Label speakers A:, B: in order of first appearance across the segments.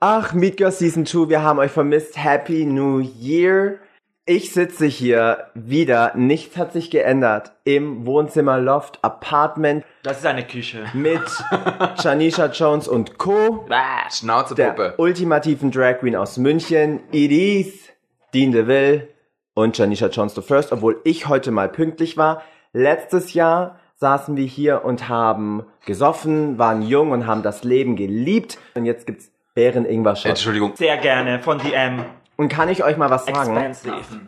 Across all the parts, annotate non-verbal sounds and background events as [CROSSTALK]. A: Ach, Meet Girls Season 2, wir haben euch vermisst. Happy New Year. Ich sitze hier wieder. Nichts hat sich geändert. Im Wohnzimmer, Loft, Apartment
B: Das ist eine Küche.
A: mit Janisha Jones und Co. Der
C: Schnauzepuppe.
A: ultimativen Drag Queen aus München, Iris, Dean DeVille und Janisha Jones the First, obwohl ich heute mal pünktlich war. Letztes Jahr saßen wir hier und haben gesoffen, waren jung und haben das Leben geliebt. Und jetzt gibt's bären ingwer -Shot.
C: Entschuldigung.
B: Sehr gerne von DM.
A: Und kann ich euch mal was sagen?
B: Expensive.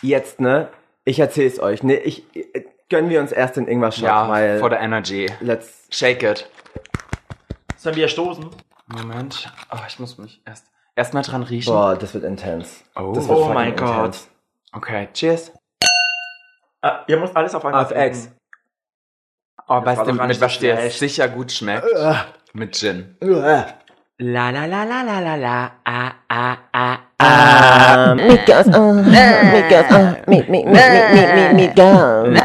A: Jetzt, ne? Ich erzähl's euch. Ne, ich, äh, gönnen wir uns erst den ingwer
C: Ja,
A: weil
C: for the energy.
A: let's
C: Shake it.
B: Sollen wir stoßen?
C: Moment. Oh, ich muss mich erst erstmal dran riechen.
A: Boah, das wird intens.
C: Oh.
A: das wird
B: Oh
A: fucking
B: mein Gott.
A: intens.
C: Okay, cheers.
B: Ah, ihr müsst alles auf einmal
A: Auf Ex.
B: trinken.
C: Oh,
B: war
C: weißt du,
B: doch gar
C: mit
B: nicht
C: was
B: so
C: dir
B: schlecht.
C: sicher gut schmeckt? Mit Gin.
A: Uah.
C: La la la la la la la. Ah, ah, ah.
D: Meat girls, uh, meat girls, uh, meat, meat, meat, meat, meat, meat, meat girls.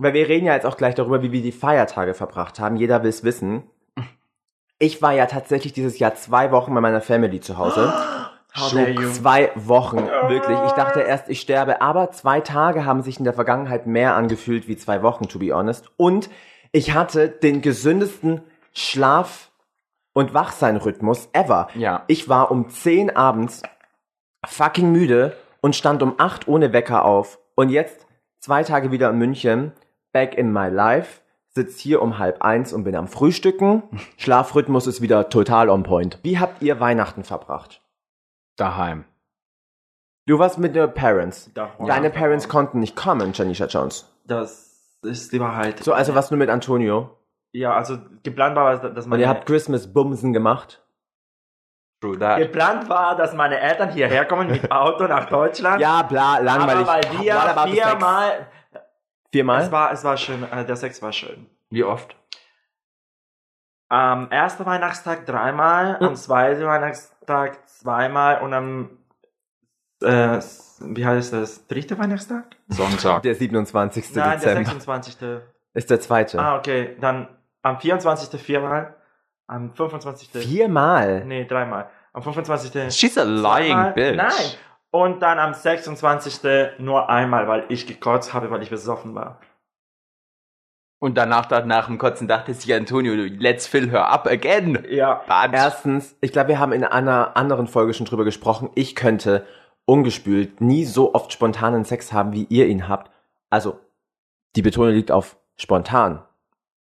A: Weil wir reden ja jetzt auch gleich darüber, wie wir die Feiertage verbracht haben. Jeder will's wissen.
C: Hm.
A: Ich war ja tatsächlich dieses Jahr zwei Wochen bei meiner Family zu Hause.
B: How dare you.
A: Zwei Wochen, wirklich. Ich dachte erst, ich sterbe, aber zwei Tage haben sich in der Vergangenheit mehr angefühlt wie zwei Wochen, to be honest. Und ich hatte den gesündesten Schlaf- und Wachseinrhythmus ever.
C: Ja.
A: Ich war um 10 abends fucking müde und stand um 8 ohne Wecker auf. Und jetzt, zwei Tage wieder in München, back in my life, sitz hier um halb eins und bin am Frühstücken. Schlafrhythmus ist wieder total on point. Wie habt ihr Weihnachten verbracht?
C: Daheim.
A: Du warst mit den Parents.
B: Da-
A: Deine Parents konnten nicht kommen, Janisha Jones.
B: Das ist die Wahrheit.
A: So, also warst du mit Antonio.
B: Ja, also geplant war, dass
A: Und
B: meine,
A: ihr habt Christmas Bumsen gemacht.
C: True that.
B: geplant war, dass meine Eltern hierher
A: [LAUGHS]
B: kommen mit Auto nach Deutschland.
A: Ja, bla, langweilig.
B: aber weil
A: What
B: wir
A: about the sex?
B: viermal... Es
A: Viermal?
B: war, es war schön, äh, der Sex war schön.
C: Wie oft?
B: Am ersten Weihnachtstag dreimal, am zweiten Weihnachtstag zweimal und am äh, wie heißt das? Dritter Weihnachtstag?
C: Sonntag.
A: Der 27.
B: Nein, der
A: Dezember
B: 26.
A: ist der zweite.
B: Ah, okay. Dann am 24. viermal, am 25.
A: Viermal?
B: Nee, dreimal. Am 25.
C: She's a lying
B: zweimal.
C: bitch.
B: Nein. Und dann am 26. nur einmal, weil ich gekotzt habe, weil ich besoffen war.
C: Und danach, da- nach dem Kotzen dachte sich Antonio, let's fill her up again.
B: Ja.
C: But
A: Erstens, ich glaube, wir haben in einer anderen Folge schon drüber gesprochen. Ich könnte ungespült nie so oft spontanen Sex haben, wie ihr ihn habt. Also, die Betonung liegt auf spontan.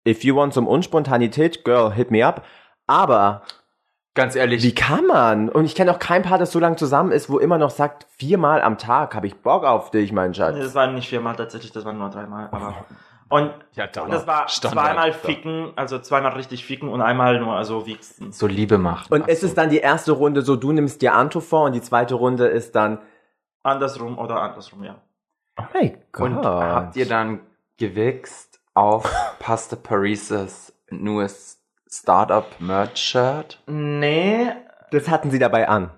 A: If you want some Unspontanität, girl, hit me up. Aber
C: ganz ehrlich,
A: wie kann man? Und ich kenne auch kein Paar, das so lang zusammen ist, wo immer noch sagt, viermal am Tag habe ich Bock auf dich, mein
B: Nee,
A: Schatz.
B: das waren nicht viermal tatsächlich, das waren nur dreimal. Aber und
C: ja, dann
B: das war
C: Standard.
B: zweimal
C: So.
B: ficken, also zweimal richtig ficken und einmal nur also wichsen.
C: So Liebe macht.
A: Und es ist dann die erste Runde so, du nimmst dir Anto vor und die zweite Runde ist dann,
B: Andersrum oder andersrum, ja.
A: oh mein Gott.
C: Und habt ihr dann gewichst [LAUGHS] auf Pasta Parises neues Startup Merch Shirt?
B: Nee,
A: das hatten sie dabei an.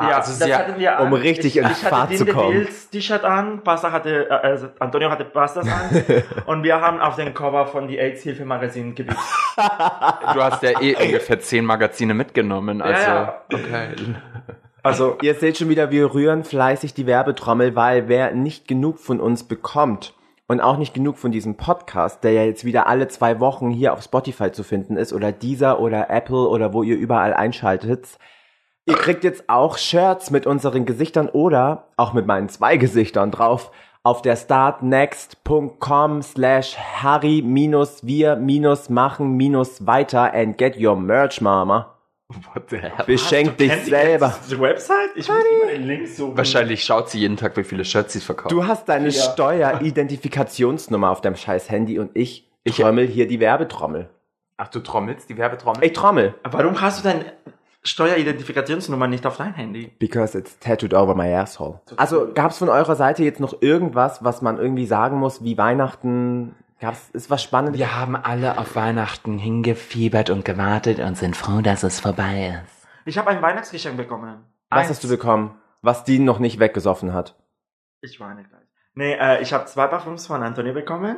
C: Ah,
B: ja,
C: also
B: das
C: sie-
B: hatten wir
A: um richtig in
B: hatte
A: Fahrt zu
B: Dinde
A: kommen.
B: Wills T-Shirt an, Pasta hatte, äh, also Antonio hatte Pastas an und wir haben auf den Cover von die AIDS-Hilfe-Magazin gewichst.
C: du hast ja eh ungefähr zehn Magazine mitgenommen. Also,
B: ja.
C: okay.
B: Also,
A: Ihr seht schon wieder, wir rühren fleißig die Werbetrommel, weil wer nicht genug von uns bekommt und auch nicht genug von diesem Podcast, der ja jetzt wieder alle zwei Wochen hier auf Spotify zu finden ist oder dieser oder Apple oder wo ihr überall einschaltet, ihr kriegt jetzt auch Shirts mit unseren Gesichtern oder auch mit meinen zwei Gesichtern drauf auf der startnext.com slash harry minus wir minus machen minus weiter and get your merch, Mama.
C: What the hell?
A: Beschenk dich
B: kennt ihr
A: selber.
B: jetzt Die Website? Ich muss immer den Link suchen.
C: Wahrscheinlich schaut sie jeden Tag, wie viele Shirts sie verkauft.
A: Du hast deine
B: Ja.
A: Steueridentifikationsnummer auf deinem scheiß Handy und ich,
C: Ich-
A: trommel hier die Werbetrommel.
C: Ach, du trommelst die Werbetrommel?
A: Ich trommel.
B: Warum hast du deine Steueridentifikationsnummer nicht auf dein Handy?
A: Because it's tattooed over my asshole. Also gab's von eurer Seite jetzt noch irgendwas, was man irgendwie sagen muss, wie Weihnachten? Gab's, ist was Spannendes?
C: Wir haben alle auf Weihnachten hingefiebert und gewartet und sind froh, dass es vorbei ist.
B: Ich habe ein Weihnachtsgeschenk bekommen.
A: was
C: eins.
A: hast du bekommen? Was Dean noch nicht weggesoffen hat.
B: Ich weine gleich. Nee, äh, ich habe zwei Parfums von Antonio bekommen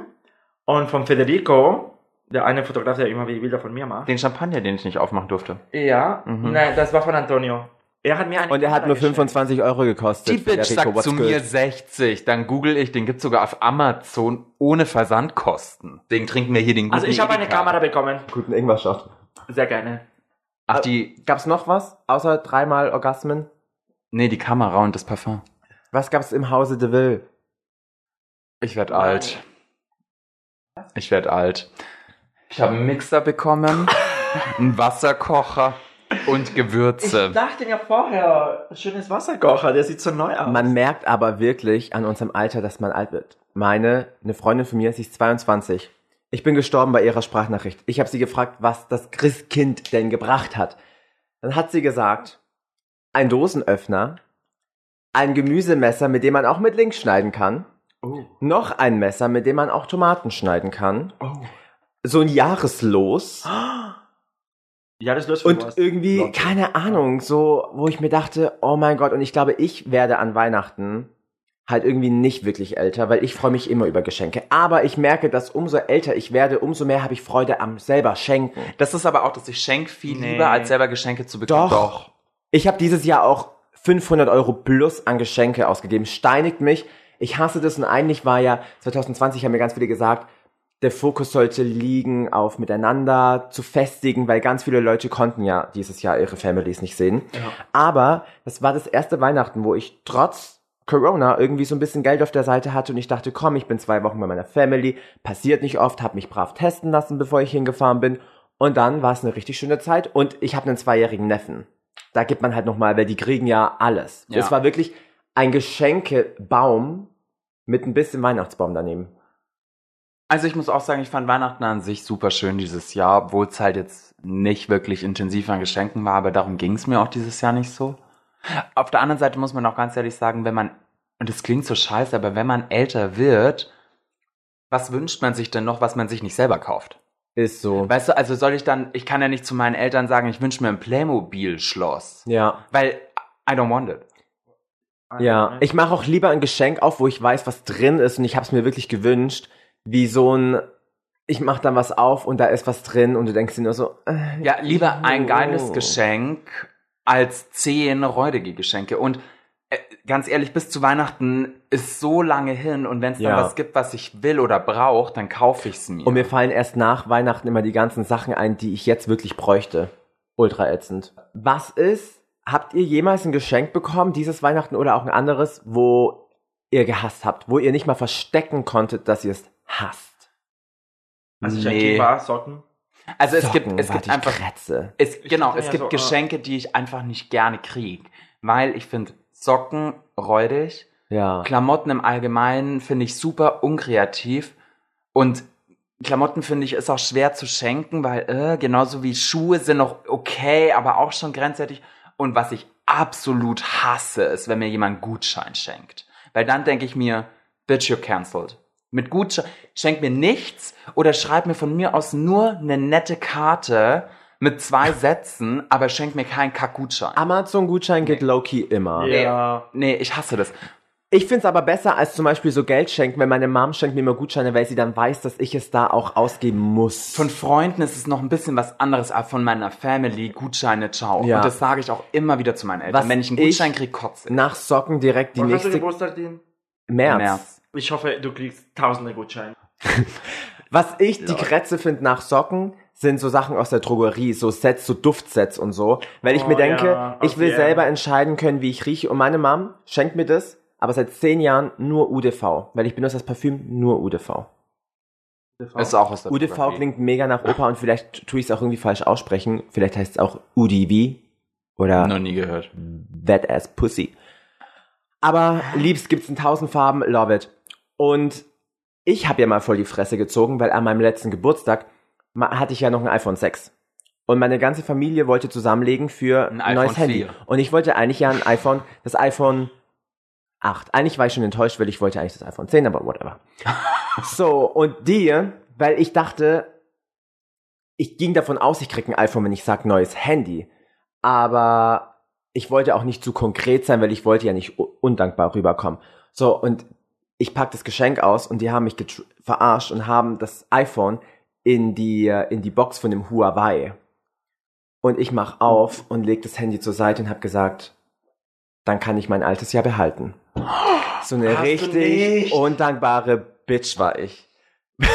B: und von Federico. Der eine Fotograf, der immer Bilder von mir macht.
C: Den Champagner, den ich nicht aufmachen durfte.
B: Ja,
C: Mhm.
B: nein, das war von Antonio. Er hat mir eine
A: Und er hat
B: Kamera
A: nur
B: geschenkt.
A: 25 Euro
C: Die
A: gekostet.
C: Bitch
A: Federico,
C: sagt
A: what's
C: zu
A: good?
C: mir 60. Dann google ich, den gibt's sogar auf Amazon ohne Versandkosten. Deswegen trinken wir hier den
B: Also
C: guten
B: ich habe eine
C: Edeka.
B: Kamera bekommen.
A: Guten Ingwer-Shot.
B: Sehr gerne.
C: Ach, die.
A: Gab's noch was? Außer dreimal Orgasmen?
C: Nee, die Kamera und das Parfum.
A: Was gab's im Hause de Ville?
C: Ich werd alt. Ich werd alt. Ich habe einen
B: [LAUGHS]
C: Mixer bekommen, einen Wasserkocher und
B: Ich
C: Gewürze.
B: dachte mir vorher, schönes Wasserkocher, der sieht so neu aus.
A: Man merkt aber wirklich an unserem Alter, dass man alt wird. Meine, eine Freundin von mir, sie ist 22. Ich bin gestorben bei ihrer Sprachnachricht. Ich habe sie gefragt, was das Christkind denn gebracht hat. Dann hat sie gesagt, ein Dosenöffner, ein Gemüsemesser, mit dem man auch mit links schneiden kann,
B: Oh.
A: noch ein Messer, mit dem man auch Tomaten schneiden kann,
B: oh.
A: so ein Jahreslos.
B: Ja, das löst
A: Und äh, irgendwie, keine Ahnung, so, wo ich mir dachte, oh mein Gott, und ich glaube, ich werde an Weihnachten halt irgendwie nicht wirklich älter, weil ich freue mich immer über Geschenke. Aber ich merke, dass umso älter ich werde, umso mehr habe ich Freude am selber Schenken.
C: Das ist aber auch, dass ich schenk viel
B: Nee.
C: lieber, als selber Geschenke zu bekommen.
A: Doch. Ich habe dieses Jahr auch 500 Euro plus an Geschenke ausgegeben. Steinigt mich. Ich hasse das und eigentlich war ja 2020 haben mir ganz viele gesagt, der Fokus sollte liegen auf miteinander zu festigen, weil ganz viele Leute konnten ja dieses Jahr ihre Families nicht sehen. Aber das war das erste Weihnachten, wo ich trotz Corona irgendwie so ein bisschen Geld auf der Seite hatte und ich dachte, komm, ich bin zwei Wochen bei meiner Family, passiert nicht oft, habe mich brav testen lassen, bevor ich hingefahren bin. Und dann war es eine richtig schöne Zeit und ich habe einen zweijährigen Neffen. Da gibt man halt nochmal, weil die kriegen ja alles.
C: Ja.
A: Es war wirklich ein Geschenkebaum mit ein bisschen Weihnachtsbaum daneben.
C: Also ich muss auch sagen, ich fand Weihnachten an sich super schön dieses Jahr, obwohl es halt jetzt nicht wirklich intensiv an Geschenken war, aber darum ging es mir auch dieses Jahr nicht so. Auf der anderen Seite muss man auch ganz ehrlich sagen, wenn man, und das klingt so scheiße, aber wenn man älter wird, was wünscht man sich denn noch, was man sich nicht selber kauft?
A: Ist so.
C: Weißt du, also soll ich dann, ich kann ja nicht zu meinen Eltern sagen, ich wünsche mir ein Playmobil-Schloss,
A: Ja,
C: weil I don't want it.
B: Ah,
A: ja.
C: ne?
B: ne?
A: Ich mache auch lieber ein Geschenk auf, wo ich weiß, was drin ist und ich habe es mir wirklich gewünscht, wie so ein, ich mache dann was auf und da ist was drin und du denkst dir nur so, äh,
C: Ja, lieber ein
A: Oh.
C: geiles Geschenk als zehn räudige Geschenke. Und äh, ganz ehrlich, bis zu Weihnachten ist so lange hin und wenn es dann
A: Ja.
C: was gibt, was ich will oder brauche, dann kaufe ich es mir.
A: Und mir fallen erst nach Weihnachten immer die ganzen Sachen ein, die ich jetzt wirklich bräuchte. Ultra ätzend. Was ist, habt ihr jemals ein Geschenk bekommen, dieses Weihnachten oder auch ein anderes, wo ihr gehasst habt, wo ihr nicht mal verstecken konntet, dass ihr es hasst?
B: also ich
C: nee.
B: nee. war Socken.
C: also es
A: Socken,
C: gibt, es gibt
A: warte,
C: einfach,
A: Ich kratze.
C: es, genau,
B: dachte
C: es
B: ja
C: gibt
B: so, ah.
C: Geschenke, die ich einfach nicht gerne kriege. Weil ich finde Socken räudig,
A: Ja.
C: Klamotten im Allgemeinen finde ich super unkreativ und Klamotten finde ich ist auch schwer zu schenken, weil äh, genauso wie Schuhe sind noch okay, aber auch schon grenzwertig. Und was ich absolut hasse, ist, wenn mir jemand Gutschein schenkt. Weil dann denke ich mir, bitch, you're cancelled. Mit Gutschein, schenk mir nichts oder schreib mir von mir aus nur eine nette Karte mit zwei Sätzen, aber schenk mir keinen Kackgutschein.
A: Amazon-Gutschein geht low-key immer.
B: Ja.
C: Nee, ich hasse das.
A: Ich find's aber besser, als zum Beispiel so Geld schenken, wenn meine Mom schenkt mir immer Gutscheine, weil sie dann weiß, dass ich es da auch ausgeben muss.
C: Von Freunden ist es noch ein bisschen was anderes, aber von meiner Family Gutscheine, ciao.
A: Ja.
C: Und das sage ich auch immer wieder zu meinen Eltern.
A: Was
C: Wenn ich einen
A: ich-
C: Gutschein kriege, kotze ich.
A: nach Socken direkt die
B: Und hast du
A: nächste...
B: Geburtstag, Dean?
A: März.
B: Ich hoffe, du kriegst tausende Gutscheine.
A: Was ich die Krätze finde nach Socken, sind so Sachen aus der Drogerie, so Sets, so Duftsets und so. Weil ich
B: Oh,
A: mir denke,
B: ja,
A: ich will
B: okay.
A: selber entscheiden können, wie ich rieche. Und meine Mom schenkt mir das, aber seit zehn Jahren nur UDV. Weil ich benutze das Parfüm nur UDV. Also,
C: Ist auch aus der
A: UDV
C: Biografie.
A: klingt mega nach Opa und vielleicht tue ich es auch irgendwie falsch aussprechen. Vielleicht heißt es auch UDV oder
C: Noch nie gehört.
A: That Ass Pussy. Aber liebst gibt's in tausend Farben, love it. Und ich habe ja mal voll die Fresse gezogen, weil an meinem letzten Geburtstag ma- hatte ich ja noch ein iPhone 6. Und meine ganze Familie wollte zusammenlegen für ein
C: Ein iPhone
A: neues Handy.
C: 4.
A: Und ich wollte eigentlich ja ein iPhone, das iPhone 8. Eigentlich war ich schon enttäuscht, weil ich wollte eigentlich das iPhone 10, aber whatever. so, und die, weil ich dachte, ich ging davon aus, ich krieg ein iPhone, wenn ich sag neues Handy. Aber ich wollte auch nicht zu konkret sein, weil ich wollte ja nicht u- undankbar rüberkommen. So, und ich pack das Geschenk aus und die haben mich getr- verarscht und haben das iPhone in die, äh, in die Box von dem Huawei. Und ich mach auf und leg das Handy zur Seite und hab gesagt, dann kann ich mein altes Jahr behalten. So eine
B: Hast du
A: richtig
B: nicht?
A: undankbare Bitch war ich. [LAUGHS]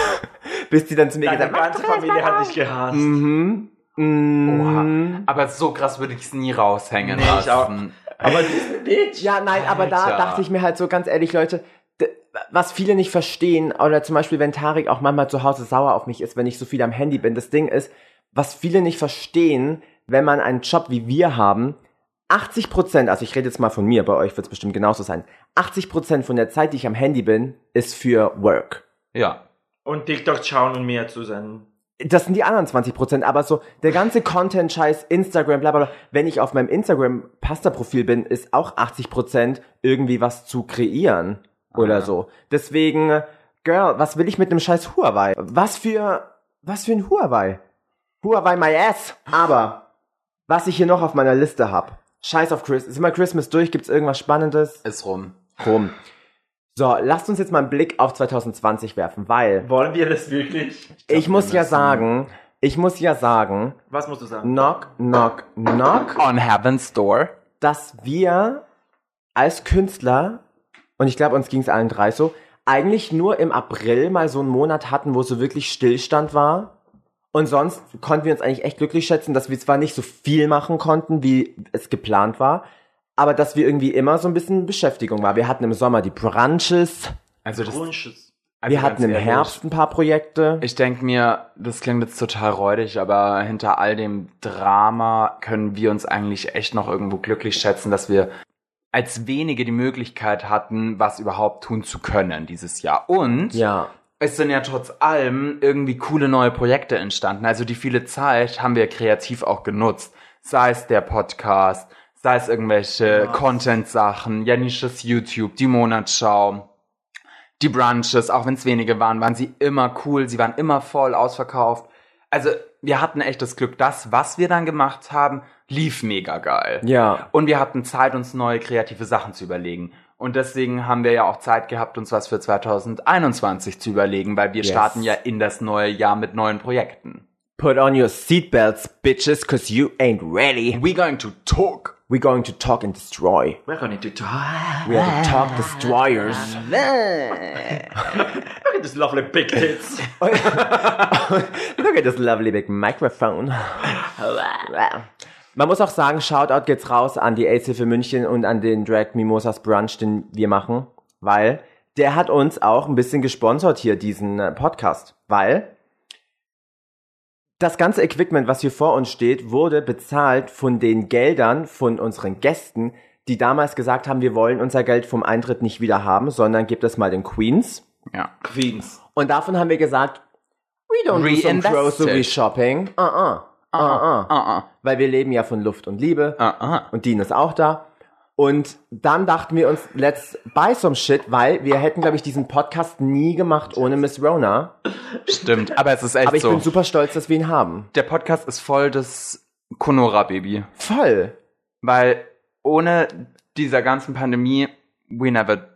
A: Bis die dann zu mir
B: Deine
A: gesagt hat,
B: ganze Familie hat dich gehasst.
A: mhm, mhm.
C: Aber so krass würde ich es nie raushängen
B: Nee, ich auch.
C: lassen.
B: Aber diese Bitch.
A: Ja, nein, aber da
C: Alter.
A: dachte ich mir halt so ganz ehrlich, Leute, d- was viele nicht verstehen, oder zum Beispiel, wenn Tarek auch manchmal zu Hause sauer auf mich ist, wenn ich so viel am Handy bin, das Ding ist, was viele nicht verstehen, wenn man einen Job wie wir haben, 80 Prozent, also ich rede jetzt mal von mir, bei euch wird es bestimmt genauso sein, 80 Prozent von der Zeit, die ich am Handy bin, ist für Work.
C: Ja.
B: Und TikTok schauen und mir zu sein.
A: Das sind die anderen 20%, aber so der ganze Content-Scheiß, Instagram, bla bla bla. Wenn ich auf meinem Instagram-Pasta-Profil bin, ist auch 80% irgendwie was zu kreieren oder
C: Ah.
A: so. Deswegen, Girl, was will ich mit einem scheiß Huawei? Was für, was für ein Huawei? Huawei my ass. Aber, was ich hier noch auf meiner Liste hab. Scheiß auf Chris. Ist immer Christmas durch, gibt's irgendwas Spannendes?
C: Ist rum.
A: Rum. So, lasst uns jetzt mal einen Blick auf 2020 werfen, weil
B: Wollen wir das wirklich?
A: ich, muss
C: wir
A: ja
C: müssen-
A: sagen, ich muss ja sagen,
B: Was musst du sagen?
A: knock, knock, knock,
C: On Heaven's Door.
A: dass wir als Künstler, und ich glaube, uns ging es allen drei so, eigentlich nur im April mal so einen Monat hatten, wo so wirklich Stillstand war. Und sonst konnten wir uns eigentlich echt glücklich schätzen, dass wir zwar nicht so viel machen konnten, wie es geplant war, aber dass wir irgendwie immer so ein bisschen Beschäftigung war. Wir hatten im Sommer die Brunches,
C: Also das, also
B: Grundschuss.
A: wir hatten
C: ganz
A: im
C: ehrlich,
A: Herbst ein paar Projekte.
C: Ich denke mir, das klingt jetzt total räudig, aber hinter all dem Drama können wir uns eigentlich echt noch irgendwo glücklich schätzen, dass wir als wenige die Möglichkeit hatten, was überhaupt tun zu können dieses Jahr. Und
A: ja.
C: es sind ja trotz allem irgendwie coole neue Projekte entstanden. Also die viele Zeit haben wir kreativ auch genutzt. Sei es der Podcast, sei es irgendwelche
B: Ja.
C: Content-Sachen, Janisches YouTube, die Monatsschau, die Brunches, auch wenn es wenige waren, waren sie immer cool, sie waren immer voll ausverkauft. Also wir hatten echt das Glück, das, was wir dann gemacht haben, lief mega geil.
A: Ja.
C: Und wir hatten Zeit, uns neue kreative Sachen zu überlegen. Und deswegen haben wir ja auch Zeit gehabt, uns was für 2021 zu überlegen, weil wir
A: Yes.
C: starten ja in das neue Jahr mit neuen Projekten.
A: Put on your seatbelts, bitches, cause you ain't ready.
C: We going to talk.
A: We're going to talk and destroy.
B: We're going to talk.
A: We are the Talk Destroyers. [LAUGHS]
B: Look at this lovely big tits.
A: Look at this lovely big microphone. Man muss auch sagen, Shoutout geht's raus an die Aidshilfe München und an den Drag Mimosas Brunch, den wir machen, weil der hat uns auch ein bisschen gesponsert hier, diesen äh, Podcast, weil das ganze Equipment, was hier vor uns steht, wurde bezahlt von den Geldern von unseren Gästen, die damals gesagt haben, wir wollen unser Geld vom Eintritt nicht wieder haben, sondern gebt es mal den Queens.
C: Ja.
B: Queens.
A: Und davon haben wir gesagt, we don't do some
C: Reinvest
A: grocery
C: it. Uh-uh.
A: shopping. Uh -uh. Uh -uh.
C: Ah, ah,
A: Weil wir leben ja von Luft und Liebe.
C: ah, ah.
A: Und Dean ist auch da. Und dann dachten wir uns, let's buy some shit, weil wir hätten, glaube ich, diesen Podcast nie gemacht ohne Miss Rona.
C: Stimmt, aber es ist echt
A: Aber ich
C: so.
A: bin super stolz, dass wir ihn haben.
C: Der Podcast ist voll des Konora-Baby.
A: Voll.
C: Weil ohne dieser ganzen Pandemie, we never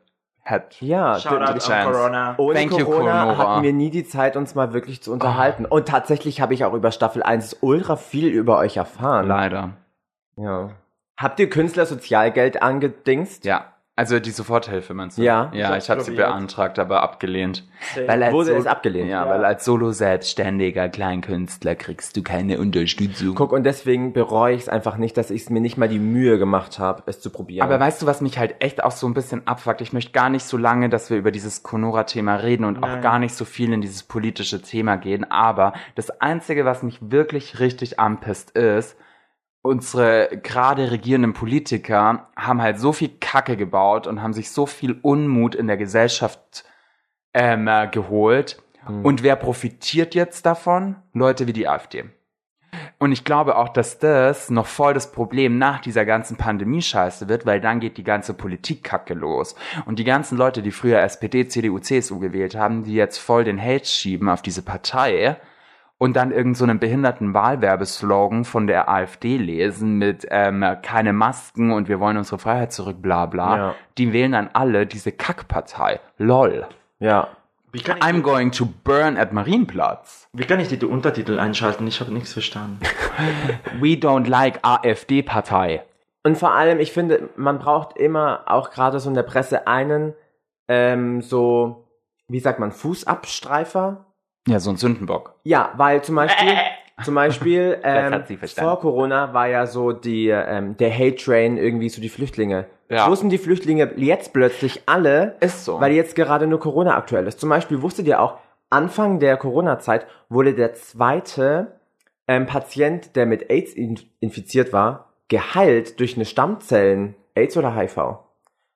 C: had.
A: Ja.
B: Shoutout
C: Chance.
B: an Corona.
A: Ohne
C: Thank you,
A: Corona
C: Corona. Ah.
A: hatten wir nie die Zeit, uns mal wirklich zu unterhalten. Und tatsächlich habe ich auch über Staffel 1 ultra viel über euch erfahren.
C: Leider.
A: Ja. Habt ihr Künstler Sozialgeld angedingst?
C: Ja. Also die Soforthilfe meinst du?
A: Ja.
C: Ja,
B: Ich
C: ich habe sie
B: probiert.
C: beantragt, aber abgelehnt.
B: Weil
C: als
A: Wurde
C: Sol-
A: es abgelehnt?
C: Ja,
B: Ja.
C: weil als Solo-Selbstständiger Kleinkünstler kriegst du keine Unterstützung.
A: Guck, und deswegen bereue ich es einfach nicht, dass ich es mir nicht mal die Mühe gemacht habe, es zu probieren.
C: Aber weißt du, was mich halt echt auch so ein bisschen abfuckt? Ich möchte gar nicht so lange, dass wir über dieses Conora-Thema reden und auch
B: Nein.
C: gar nicht so viel in dieses politische Thema gehen. Aber das Einzige, was mich wirklich richtig anpisst, ist, unsere gerade regierenden Politiker haben halt so viel Kacke gebaut und haben sich so viel Unmut in der Gesellschaft ähm, äh, geholt. Und wer profitiert jetzt davon? Leute wie die AfD. Und ich glaube auch, dass das noch voll das Problem nach dieser ganzen Pandemie-Scheiße wird, weil dann geht die ganze Politik-Kacke los. Und die ganzen Leute, die früher SPD, CDU, CSU gewählt haben, die jetzt voll den Hate schieben auf diese Partei und dann irgend so einen behinderten Wahlwerbeslogan von der AfD lesen mit ähm, keine Masken und wir wollen unsere Freiheit zurück, bla bla,
A: Ja.
C: die wählen dann alle diese Kackpartei. LOL.
A: ja.
B: Wie kann, ich,
C: I'm going to burn at Marienplatz.
B: wie kann ich die, die Untertitel einschalten? Ich habe nichts verstanden.
C: We don't like AfD-Partei.
A: Und vor allem, ich finde, man braucht immer auch gerade so in der Presse einen, ähm, so, wie sagt man, Fußabstreifer?
C: Ja, so ein Sündenbock.
A: Ja, weil zum
C: [LAUGHS]
A: Beispiel, zum Beispiel ähm,
C: hat sie verstanden.
A: vor Corona war ja so die, ähm, der Hate Train irgendwie so die Flüchtlinge.
C: Ja.
A: Ja. Wussten die Flüchtlinge jetzt plötzlich alle,
C: Ist so.
A: weil jetzt gerade nur Corona aktuell ist. Zum Beispiel wusstet ihr auch, Anfang der Corona-Zeit wurde der zweite ähm, Patient, der mit AIDS in infiziert war, geheilt durch eine Stammzellen. AIDS oder HIV?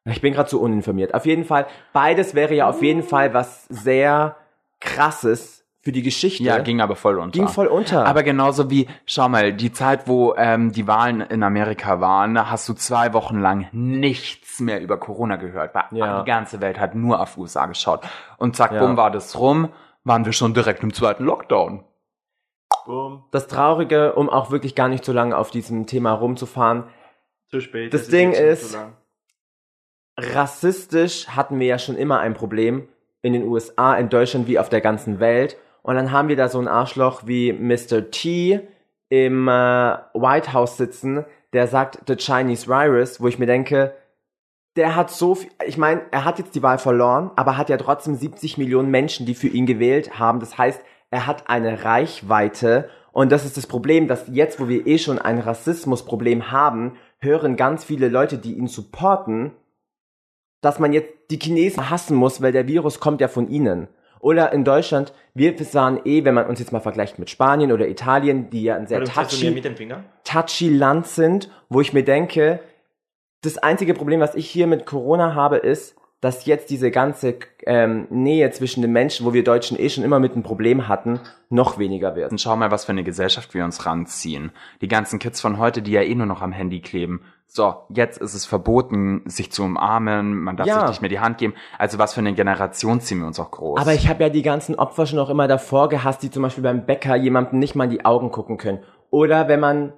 A: Ich bin gerade zu uninformiert. Auf jeden Fall, beides wäre ja auf jeden Fall was sehr krasses für die Geschichte.
C: ja, ging aber voll unter.
A: Ging voll unter.
C: Aber genauso wie, schau mal, die Zeit, wo ähm, die Wahlen in Amerika waren, da hast du zwei Wochen lang nichts mehr über Corona gehört. Weil
A: Ja.
C: Die ganze Welt hat nur auf USA geschaut. Und zack,
A: Ja.
C: bumm, war das rum, waren wir schon direkt im zweiten Lockdown.
B: Boom.
A: das Traurige, um auch wirklich gar nicht so lange auf diesem Thema rumzufahren,
B: Zu spät.
A: Das
B: Es
A: Ding
B: jetzt schon
A: ist-
B: zu lang.
A: rassistisch hatten wir ja schon immer ein Problem in den USA, in Deutschland wie auf der ganzen Welt. Und dann haben wir da so ein Arschloch wie Mr. T im äh, White House sitzen, der sagt The Chinese Virus, wo ich mir denke, der hat so viel, ich meine, er hat jetzt die Wahl verloren, aber hat ja trotzdem 70 Millionen Menschen, die für ihn gewählt haben. Das heißt, er hat eine Reichweite und das ist das Problem, dass jetzt, wo wir eh schon ein Rassismusproblem haben, hören ganz viele Leute, die ihn supporten, dass man jetzt die Chinesen hassen muss, weil der Virus kommt ja von ihnen. Oder in Deutschland, wir sahen eh, wenn man uns jetzt mal vergleicht mit Spanien oder Italien, die ja ein sehr
B: Warte, zeigst du mir
A: touchy,
B: mit dem Finger?
A: touchy Land sind, wo ich mir denke, das einzige Problem, was ich hier mit Corona habe, ist, dass jetzt diese ganze ähm, Nähe zwischen den Menschen, wo wir Deutschen eh schon immer mit einem Problem hatten, noch weniger wird.
C: Und schau mal, was für eine Gesellschaft wir uns ranziehen. Die ganzen Kids von heute, die ja eh nur noch am Handy kleben. So, jetzt ist es verboten, sich zu umarmen, man darf
A: Ja.
C: sich nicht mehr die Hand geben. Also was für eine Generation ziehen wir uns auch groß.
A: Aber ich habe ja die ganzen Opfer schon auch immer davor gehasst, die zum Beispiel beim Bäcker jemandem nicht mal in die Augen gucken können. Oder wenn man,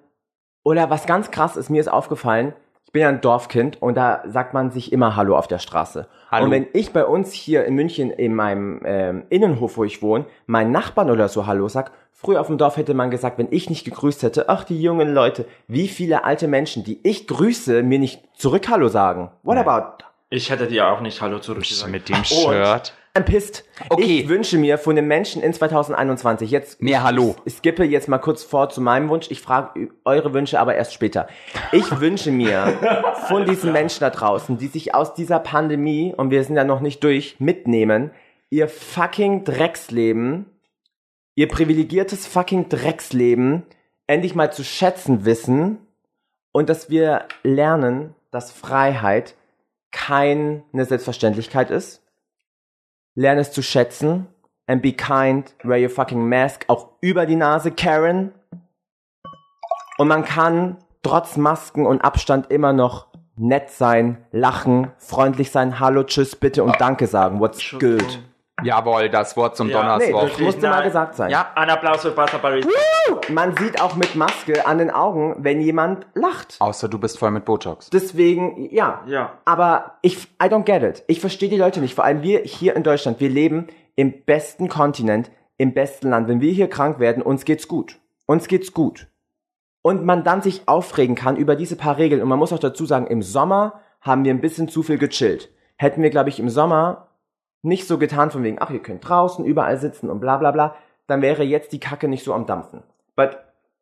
A: oder was ganz krass ist, mir ist aufgefallen, ich bin ja ein Dorfkind und da sagt man sich immer Hallo auf der Straße.
C: Hallo.
A: Und wenn ich bei uns hier in München in meinem ähm, Innenhof, wo ich wohne, meinen Nachbarn oder so Hallo sag, früher auf dem Dorf hätte man gesagt, wenn ich nicht gegrüßt hätte, ach die jungen Leute, wie viele alte Menschen, die ich grüße, mir nicht zurück Hallo sagen. What
C: Nee.
A: about
B: Ich hätte dir auch nicht Hallo zurückgesagt. Ah, oh,
C: mit
B: [LAUGHS]
C: dem
B: Und-
C: Shirt.
A: I'm pissed.
C: Okay.
A: Ich wünsche mir von den Menschen in 2021 jetzt.
C: Nee, hallo.
A: Ich skippe jetzt mal kurz vor zu meinem Wunsch. Ich frage eure Wünsche aber erst später. Ich wünsche mir von diesen Menschen da draußen, die sich aus dieser Pandemie, und wir sind ja noch nicht durch, mitnehmen, ihr fucking Drecksleben, ihr privilegiertes fucking Drecksleben endlich mal zu schätzen wissen und dass wir lernen, dass Freiheit keine Selbstverständlichkeit ist. Lern es zu schätzen. And be kind, wear your fucking mask auch über die Nase, Karen. Und man kann trotz Masken und Abstand immer noch nett sein, lachen, freundlich sein, hallo, tschüss, bitte und danke sagen. What's
B: Entschuldigung.
A: good?
C: Jawohl, das Wort zum
B: Ja.
A: Nee,
C: Donnerswort.
A: das
B: wirklich
A: musste mal
B: nein.
A: gesagt sein.
C: Ja.
B: Ein Applaus für Pasta Paris.
A: Man sieht auch mit Maske an den Augen, wenn jemand lacht.
C: Außer du bist voll mit Botox.
A: Deswegen, ja.
B: Ja.
A: Aber ich, I don't get it. Ich verstehe die Leute nicht. Vor allem wir hier in Deutschland. Wir leben im besten Kontinent, im besten Land. Wenn wir hier krank werden, uns geht's gut. Uns geht's gut. Und man dann sich aufregen kann über diese paar Regeln. Und man muss auch dazu sagen, im Sommer haben wir ein bisschen zu viel gechillt. Hätten wir, glaube ich, im Sommer nicht so getan von wegen, ach, ihr könnt draußen überall sitzen und bla bla bla, dann wäre jetzt die Kacke nicht so am Dampfen. But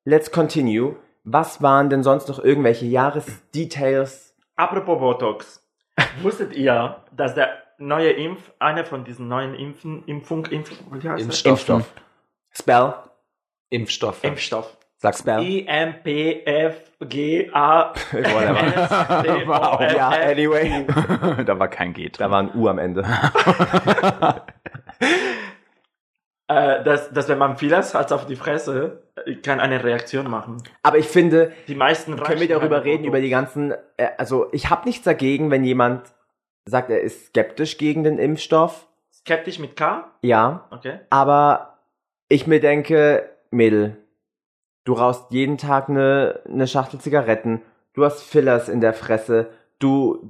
A: let's continue. Was waren denn sonst noch irgendwelche Jahresdetails?
B: Apropos Botox.
A: [LAUGHS]
B: Wusstet ihr, dass der neue Impf, eine von diesen neuen Impfen, Impfung, Impf, wie heißt das?
A: Impfstoff. Spell.
C: Impfstoffe.
B: Impfstoff.
C: Sag's
A: Spell.
B: [LAUGHS] I, M, P, F, G, A,
A: [LAUGHS] Whatever.
B: S,
A: [LAUGHS]
B: T, O,
C: Wow.
B: F,
A: ja,
B: F.
A: anyway.
C: [LAUGHS] da war kein Geht.
A: Da war ein U am Ende.
B: Äh, dass, dass wenn man vieles als auf die Fresse, äh, kann eine Reaktion machen.
A: Aber ich finde,
B: Die meisten
A: können wir darüber reden, über die ganzen, äh, also ich habe nichts dagegen, wenn jemand sagt, er ist skeptisch gegen den Impfstoff.
B: Skeptisch mit K?
A: Ja,
B: Okay.
A: aber ich mir denke, Mädel, du rauchst jeden Tag eine ne Schachtel Zigaretten, du hast Fillers in der Fresse, du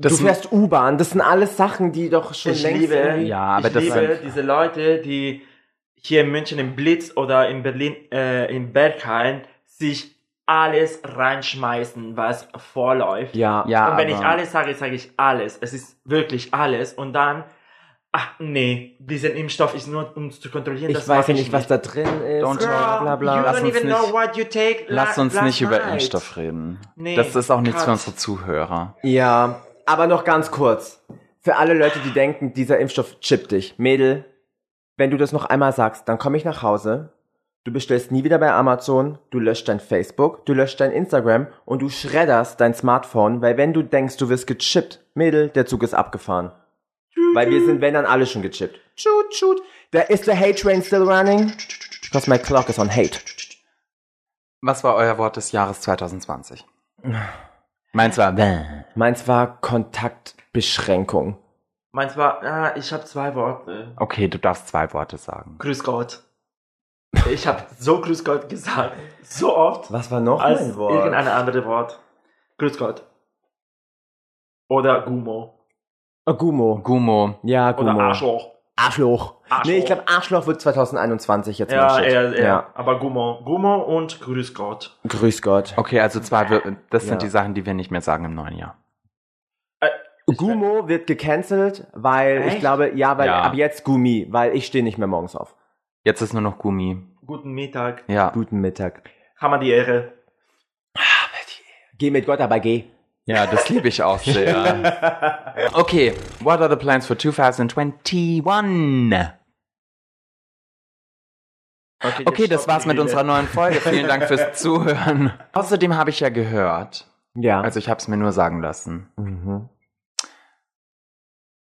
A: Du fährst U-Bahn, das sind alles Sachen, die doch schon
B: ich
A: längst...
B: liebe,
A: irgendwie-
C: Ja, Ah, aber
B: ich
C: das
B: liebe
C: sind-
B: diese Leute, die hier in München im Blitz oder in Berlin äh, in Berghain sich alles reinschmeißen, was vorläuft.
A: Ja.
C: Ja,
B: und wenn ich
C: aber-
B: alles sage, sage ich alles. Es ist wirklich alles. Und dann, ach nee, diesen Impfstoff ist nur, um zu kontrollieren.
A: Ich
B: das
A: weiß
B: mach
A: ja
B: ich
A: nicht, was da drin ist.
C: Don't
A: bla,
B: Girl,
A: bla, bla.
B: You
C: Lass
B: don't
C: uns
B: even
C: nicht-
B: know what you take
C: Lasst
B: la-
C: uns
B: last
C: nicht über
B: night.
C: Impfstoff reden.
B: Nee,
C: das ist auch nichts für
B: Gott.
C: unsere Zuhörer.
A: Ja, aber noch ganz kurz. Für alle Leute, die denken, dieser Impfstoff chippt dich. Mädel, wenn du das noch einmal sagst, dann komme ich nach Hause. Du bestellst nie wieder bei Amazon, du löscht dein Facebook, du löscht dein Instagram und du schredderst dein Smartphone, weil wenn du denkst, du wirst gechippt, Mädel, der Zug ist abgefahren. Weil wir sind, wenn dann alle schon gechippt. Shoot, shoot. There is the hate train still running. Because my clock is on hate.
C: Was war euer Wort des Jahres 2020? Meins war bäh.
A: Meins war Kontaktbeschränkung.
B: Meins war, ah, ich habe zwei Worte.
C: Okay, du darfst zwei Worte sagen.
B: Grüß Gott. Ich habe so Grüß Gott gesagt. So oft.
A: Was war noch
B: als
A: mein Wort?
B: irgendein anderes Wort. Grüß Gott. Oder Gummo.
A: Oh, Gumo.
C: Gumo.
A: Ja,
B: Oder
A: Gummo.
B: Arschloch.
A: Arschloch.
B: Arschloch.
A: Nee, ich glaube, Arschloch wird 2021 jetzt
B: Ja,
A: mal shit.
B: eher, eher.
A: Ja.
B: Aber Gummo. Gummo und Grüß Gott.
A: Grüß Gott.
C: Okay, also zwei Wör- Das sind
A: Ja.
C: die Sachen, die wir nicht mehr sagen im neuen Jahr.
A: Gumo wird gecancelt, weil ich
B: Echt?
A: glaube, ja, weil
C: Ja.
A: ab jetzt Gummi, weil ich stehe nicht mehr morgens auf.
C: Jetzt ist nur noch Gummi.
B: Guten Mittag.
C: Ja.
A: Guten Mittag.
B: Hammer die Ehre.
A: Geh mit Gott, aber geh.
C: Ja, das liebe ich auch sehr. [LAUGHS] Okay, what are the plans for 2021?
B: Okay, jetzt
C: Okay, das
B: stoppen
C: war's
B: die
C: mit
B: Liebe.
C: unserer neuen Folge. Vielen Dank [LAUGHS] fürs Zuhören. Außerdem habe ich ja gehört,
A: Ja.
C: also ich habe es mir nur sagen lassen,
A: mhm.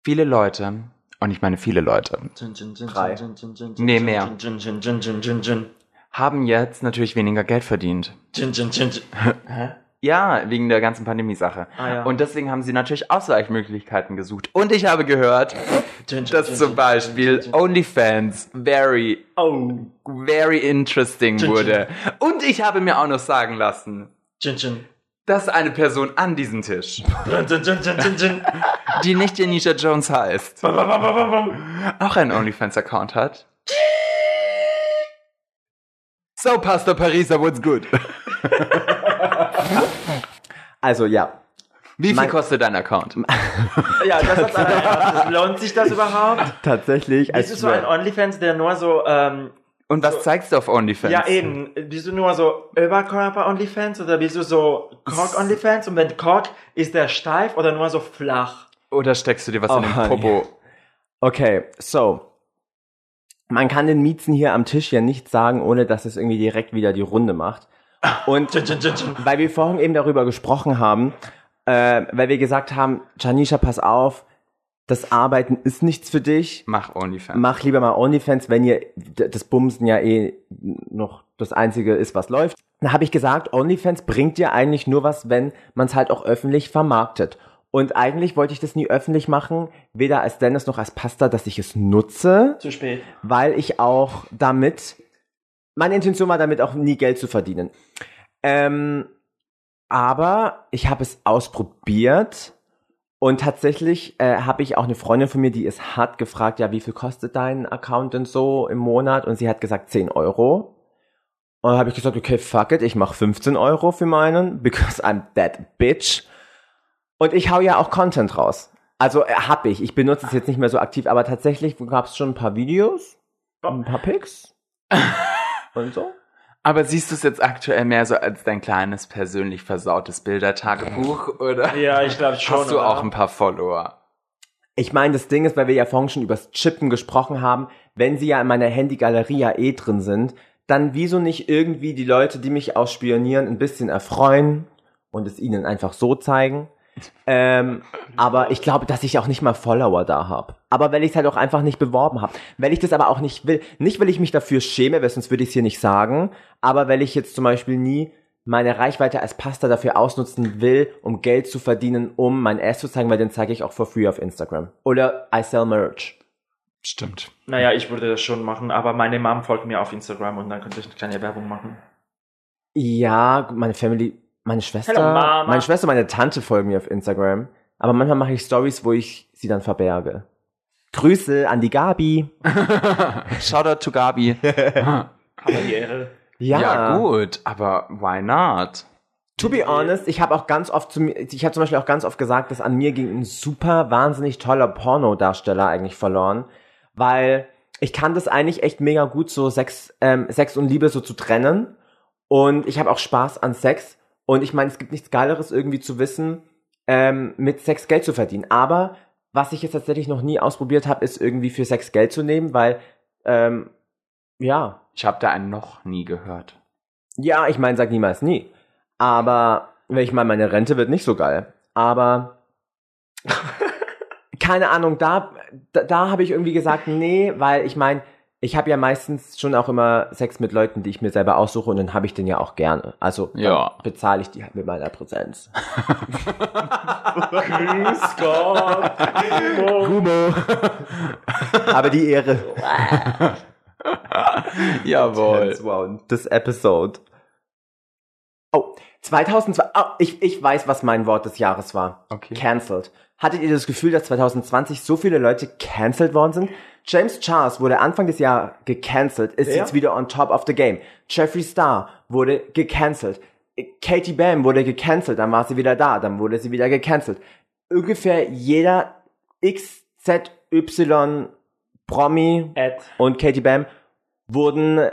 C: viele Leute, und ich meine viele Leute,
A: Drei.
C: Nee, mehr. haben jetzt natürlich weniger Geld verdient.
B: Hä?
C: Ja, wegen der ganzen Pandemie-Sache.
B: Ah, ja.
C: Und deswegen haben sie natürlich Ausweichmöglichkeiten gesucht. Und ich habe gehört, dass zum Beispiel
A: Oh.
C: OnlyFans very,
B: Oh.
C: very interesting
B: Chin, chin.
C: wurde. Und ich habe mir auch noch sagen lassen,
B: Chin, chin.
C: dass eine Person an diesem Tisch,
B: Chin, chin, chin, chin,
A: [LAUGHS]
B: chin, chin.
C: die nicht Janisha Jones heißt,
B: Bam, bam, bam, bam, bam.
C: auch einen OnlyFans-Account hat. So, Pastor Pariser, what's good?
A: Also, ja.
C: Wie viel
A: Mein-
C: kostet dein Account?
B: Ja, das hat's allein gemacht.
C: Genau.
B: [LAUGHS] Lohnt sich das überhaupt?
A: [LAUGHS] Tatsächlich. Also,
B: Bist du so ein OnlyFans, der nur so, ähm,
C: Und was zeigst du auf OnlyFans?
B: ja eben, bist du nur so Überkörper-OnlyFans oder bist du so Cock-OnlyFans? Und wenn Cock, ist der steif oder nur so flach?
C: Oder steckst du dir was
A: Oh,
C: in den
A: honey.
C: Popo?
A: Okay, so. Man kann den Miezen hier am Tisch ja nichts sagen, ohne dass es irgendwie direkt wieder die Runde macht.
B: [LAUGHS]
A: Und
B: Chin, chin, chin, chin.
A: weil wir vorhin eben darüber gesprochen haben, äh, weil wir gesagt haben, Janisha, pass auf, das Arbeiten ist nichts für dich.
C: Mach OnlyFans.
A: Mach lieber mal OnlyFans, wenn ihr d- das Bumsen ja eh noch das Einzige ist, was läuft. Dann habe ich gesagt, OnlyFans bringt dir eigentlich nur was, wenn man es halt auch öffentlich vermarktet. Und eigentlich wollte ich das nie öffentlich machen, weder als Dennis noch als Pasta, dass ich es nutze
B: Zu spät.
A: weil ich auch damit, meine Intention war damit auch nie Geld zu verdienen. Ähm, aber ich habe es ausprobiert und tatsächlich äh, habe ich auch eine Freundin von mir, die es hat, gefragt, ja, wie viel kostet dein Account denn so im Monat? Und sie hat gesagt 10 Euro. Und dann habe ich gesagt, okay, fuck it, ich mache 15 Euro für meinen, [LAUGHS] because I'm that bitch. Und ich hau ja auch Content raus. Also äh, hab ich. Ich benutze es jetzt nicht mehr so aktiv, aber tatsächlich gab es schon ein paar Videos, ein paar Pics und so.
C: Aber siehst du es jetzt aktuell mehr so als dein kleines persönlich versautes Bildertagebuch oder
B: Ja, ich glaube schon.
C: hast du
B: oder?
C: auch ein paar Follower?
A: Ich meine, das Ding ist, weil wir ja vorhin schon übers Chippen gesprochen haben, wenn sie ja in meiner Handygalerie ja eh drin sind, dann wieso nicht irgendwie die Leute, die mich ausspionieren, ein bisschen erfreuen und es ihnen einfach so zeigen. Ähm, aber ich glaube, dass ich auch nicht mal Follower da habe. Aber weil ich es halt auch einfach nicht beworben habe. Weil ich das aber auch nicht will. Nicht, weil ich mich dafür schäme, weil sonst würde ich es hier nicht sagen. Aber weil ich jetzt zum Beispiel nie meine Reichweite als Pasta dafür ausnutzen will, um Geld zu verdienen, um mein Ass zu zeigen, weil den zeige ich auch for free auf Instagram. Oder I sell merch.
C: Stimmt.
B: Naja, ich würde das schon machen, aber meine Mom folgt mir auf Instagram und dann könnte ich keine Werbung machen.
A: Ja, meine Family, meine Schwester,
B: Hello, Mama.
A: meine Schwester, meine Tante folgen mir auf Instagram. Aber manchmal mache ich Stories, wo ich sie dann verberge. Grüße an die Gabi.
C: [LAUGHS] Shoutout to Gabi.
B: Karriere.
C: Ja. gut, aber why not?
A: To be honest, ich habe auch ganz oft zu mir, ich habe zum Beispiel auch ganz oft gesagt, dass an mir ging ein super wahnsinnig toller Pornodarsteller eigentlich verloren, weil ich kann das eigentlich echt mega gut so Sex, ähm, Sex und Liebe so zu trennen und ich habe auch Spaß an Sex und ich meine, es gibt nichts Geileres irgendwie zu wissen, ähm, mit Sex Geld zu verdienen. Aber was ich jetzt tatsächlich noch nie ausprobiert habe, ist irgendwie für Sex Geld zu nehmen, weil ähm, ja,
C: Ich habe da einen noch nie gehört.
A: ja, ich meine, sag niemals nie. Aber wenn ich meine, meine Rente wird nicht so geil. Aber keine Ahnung, da, da, da habe ich irgendwie gesagt, nee, weil ich meine, ich habe ja meistens schon auch immer Sex mit Leuten, die ich mir selber aussuche und dann habe ich den ja auch gerne. Also dann
C: Ja.
A: bezahle ich die halt mit meiner Präsenz.
C: [LAUGHS]
B: Grüß Gott.
A: Humo. Aber die [LAUGHS] Ehre.
C: Jawohl.
A: Wow, this episode. Oh, 2002. Oh, ich, ich weiß, was mein Wort des Jahres war.
C: Okay.
A: Cancelled. Hattet ihr das Gefühl, dass 2020 so viele Leute cancelled worden sind? James Charles wurde Anfang des Jahres gecancelt, ist
B: Wer?
A: jetzt wieder on top of the game. Jeffree Star wurde gecancelt. Katie Bam wurde gecancelt, dann war sie wieder da, dann wurde sie wieder gecancelt. Ungefähr jeder XZY Promi
B: Ed.
A: und Katie Bam wurden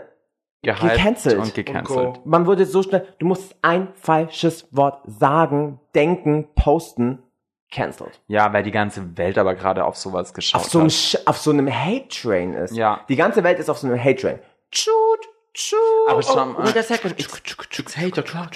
C: Gehypt
A: Gecancelt.
C: Und
B: Und
C: gecancelt.
B: Co.
A: man wurde so schnell, du musst ein falsches Wort sagen, denken, posten, cancelled.
C: Ja, weil die ganze Welt aber gerade auf sowas geschaut
A: Auf so, einem,
C: hat.
A: Sch- auf so einem Hate Train ist.
C: Ja.
A: Die ganze Welt ist auf so einem Hate Train. Tschut, tschut. Oh,
C: Aber äh, schau mal.
A: wait a second. It's- it's hate o'clock.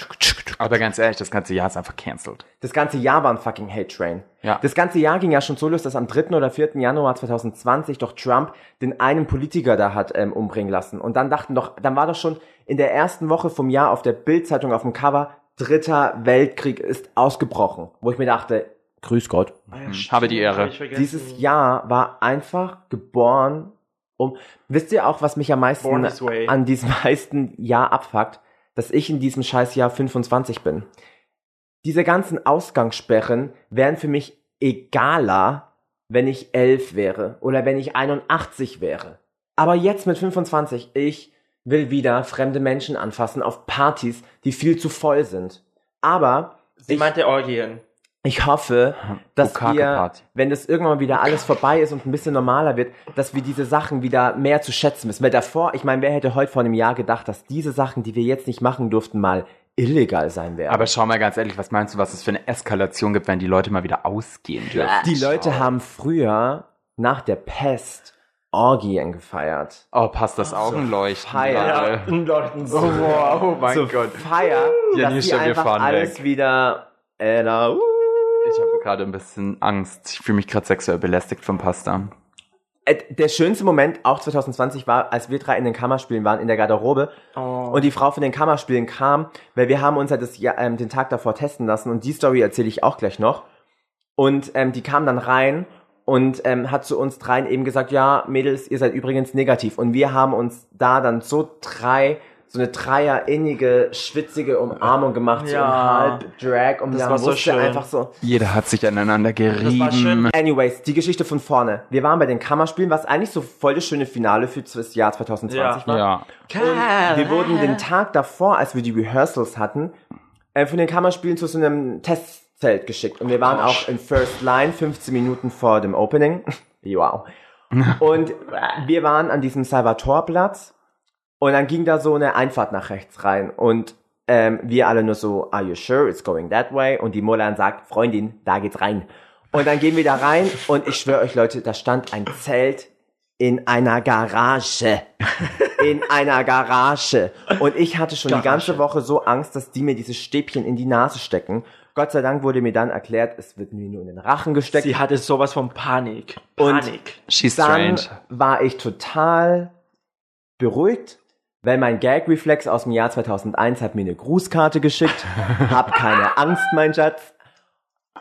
C: Aber ganz ehrlich, das ganze Jahr ist einfach cancelled.
A: Das ganze Jahr war ein fucking Hate Train.
C: Ja.
A: Das ganze Jahr ging ja schon so los, dass am 3. oder 4. Januar 2020 doch Trump den einen Politiker da hat ähm, umbringen lassen. Und dann dachten doch, dann war doch schon in der ersten Woche vom Jahr auf der Bildzeitung auf dem Cover, dritter Weltkrieg ist ausgebrochen. Wo ich mir dachte, grüß Gott.
C: Hm, Habe die Ehre.
B: Hab ich vergessen.
A: Dieses Jahr war einfach geboren um, wisst ihr auch, was mich am
B: Born
A: meisten
B: this way.
A: an diesem [LAUGHS] meisten Jahr abfuckt? Dass ich in diesem scheiß Jahr 25 bin. Diese ganzen Ausgangssperren wären für mich egaler, wenn ich 11 wäre oder wenn ich 81 wäre. Aber jetzt mit 25, ich will wieder fremde Menschen anfassen auf Partys, die viel zu voll sind. Aber
B: Sie
A: ich,
B: meinte Orgien.
A: ich hoffe, dass
C: Hm, Bukake
A: wir,
C: Party.
A: wenn das irgendwann mal wieder alles vorbei ist und ein bisschen normaler wird, dass wir diese Sachen wieder mehr zu schätzen wissen. Weil davor, ich meine, wer hätte heute vor einem Jahr gedacht, dass diese Sachen, die wir jetzt nicht machen durften, mal illegal sein werden?
C: Aber schau mal ganz ehrlich, was meinst du, was es für eine Eskalation gibt, wenn die Leute mal wieder ausgehen dürfen?
A: die Leute haben früher nach der Pest Orgien gefeiert.
C: Oh, passt das Augenleuchten
A: feier.
C: gerade.
B: Leuchten
C: Oh, wow, oh mein
A: Zur
C: Gott.
A: Feier,
C: Ja,
A: dass die
C: Nisha, wir
A: einfach
C: fahren
A: alles
C: weg.
A: wieder... Äh, da, uh.
C: Ich habe gerade ein bisschen Angst. Ich fühle mich gerade sexuell belästigt vom Pasta.
A: Äh, Der schönste Moment auch 2020 war, als wir drei in den Kammerspielen waren, in der Garderobe
B: Oh.
A: Und die Frau von den Kammerspielen kam, weil wir haben uns ja das, ja, ähm, den Tag davor testen lassen und die Story erzähle ich auch gleich noch. Und ähm, die kam dann rein und ähm, hat zu uns dreien eben gesagt, ja, Mädels, ihr seid übrigens negativ. Und wir haben uns da dann so drei, so eine dreier innige, schwitzige Umarmung gemacht,
B: Ja.
A: so im Halb-Drag. Und
B: Das
A: man
B: war so
A: wusste
B: schön.
A: einfach so,
C: Jeder hat sich aneinander gerieben.
B: war schön.
A: Anyways, die Geschichte von vorne. Wir waren bei den Kammerspielen, was eigentlich so voll das schöne Finale für das Jahr 2020 war.
C: Ja.
A: Und wir wurden den Tag davor, als wir die Rehearsals hatten, äh, von den Kammerspielen zu so einem Testzelt geschickt. Und wir waren auch in First Line, 15 Minuten vor dem Opening. [LAUGHS] wow. Und wir waren an diesem Salvatorplatz und dann ging da so eine Einfahrt nach rechts rein und ähm, wir alle nur so, are you sure it's going that way? Und die Mulan sagt, Freundin, da geht's rein. Und dann gehen wir da rein und ich schwöre euch Leute, da stand ein Zelt in einer Garage. In einer Garage. Und ich hatte schon die ganze Woche so Angst, dass die mir diese Stäbchen in die Nase stecken. Gott sei Dank wurde mir dann erklärt, es wird mir nur in den Rachen gesteckt.
B: Sie hatte sowas von Panik.
A: Und-
B: Panik.
C: She's
A: Dann
C: strange.
A: war ich total beruhigt, weil mein Gag-Reflex aus dem Jahr 2001 hat mir eine Grußkarte geschickt.
B: [LAUGHS]
A: Hab keine Angst, mein Schatz.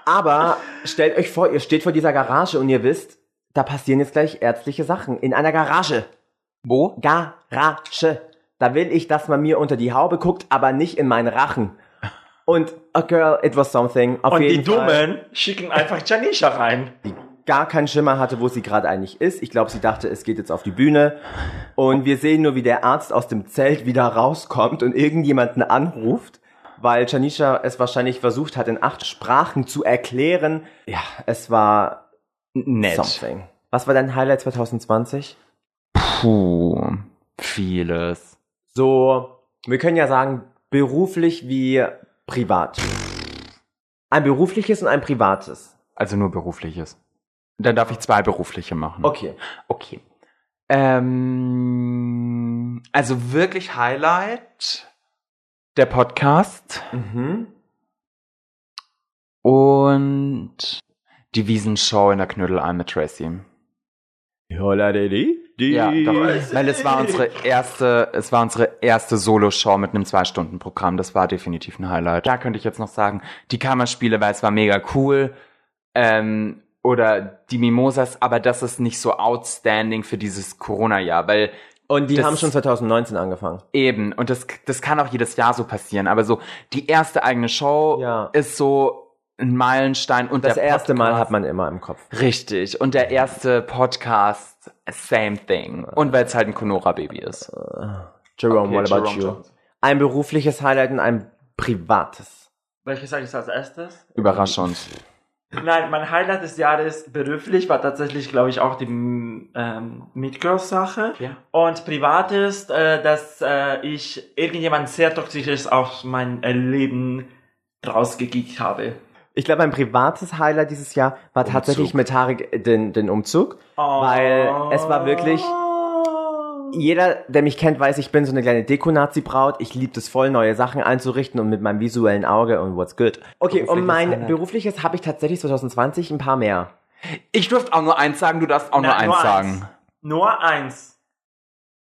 A: Aber stellt euch vor, ihr steht vor dieser Garage und ihr wisst, da passieren jetzt gleich ärztliche Sachen. In einer Garage.
C: Wo?
A: Garage. Da will ich, dass man mir unter die Haube guckt, aber nicht in meinen Rachen. Und a girl, it was something. Auf
B: Und
A: jeden
B: die
A: Fall,
B: Dummen schicken einfach Janisha rein.
A: die gar keinen Schimmer hatte, wo sie gerade eigentlich ist. Ich glaube, sie dachte, es geht jetzt auf die Bühne. Und wir sehen nur, wie der Arzt aus dem Zelt wieder rauskommt und irgendjemanden anruft, weil Janisha es wahrscheinlich versucht hat, in acht Sprachen zu erklären. Ja, es war
C: Nett.
A: something. Was war dein Highlight 2020?
C: Puh, vieles.
A: So, wir können ja sagen, beruflich wie privat. Ein berufliches und ein privates.
C: Also nur berufliches. Dann darf ich zwei berufliche machen.
A: Okay.
C: Okay. Ähm, also wirklich Highlight der Podcast
A: Mhm.
C: und die Wiesenshow in der Knödelalm mit Tracy.
A: Hola, Didi.
C: Ja, doch. Weil es war unsere erste, es war unsere erste Solo-Show mit einem Zwei-Stunden-Programm. Das war definitiv ein Highlight. Da könnte ich jetzt noch sagen, die Kammerspiele, weil es war mega cool. Ähm, oder die Mimosas, aber das ist nicht so outstanding für dieses Corona-Jahr, weil
A: Und die
C: Das-
A: haben schon 2019 angefangen.
C: Eben, und das, das kann auch jedes Jahr so passieren, aber so die erste eigene Show
A: Ja.
C: ist so ein Meilenstein und
A: Oh, Das
C: der
A: erste Mal
C: Podcast-
A: hat man immer im Kopf.
C: Richtig, und der erste Podcast, same thing. Und weil es halt ein Conora-Baby ist.
A: Äh, Jerome,
C: Okay,
A: what about
C: Jerome
A: you?
C: Jones.
A: Ein berufliches Highlight und ein privates.
B: Welches sage ich als erstes?
C: Überraschend.
B: Nein, mein Highlight des Jahres beruflich war tatsächlich, glaube ich, auch die ähm, Meet-Girls-Sache.
C: Ja.
B: Und privat ist, äh, dass äh, ich irgendjemand sehr toxisches aus meinem äh, Leben rausgekickt habe.
A: Ich glaube, mein privates Highlight dieses Jahr war tatsächlich mit Tarek äh, den, den Umzug.
B: Oh.
A: Weil es war wirklich- Jeder, der mich kennt, weiß, ich bin so eine kleine Deko-Nazi-Braut. Ich liebe es voll, neue Sachen einzurichten und mit meinem visuellen Auge und what's good. Okay, und
C: Berufliches
A: mein
C: Highlight.
A: berufliches habe ich tatsächlich 2020 ein paar mehr.
C: Ich durfte auch nur eins sagen, du darfst auch
B: Na,
C: nur eins
B: nur
C: sagen.
B: eins. Nur eins.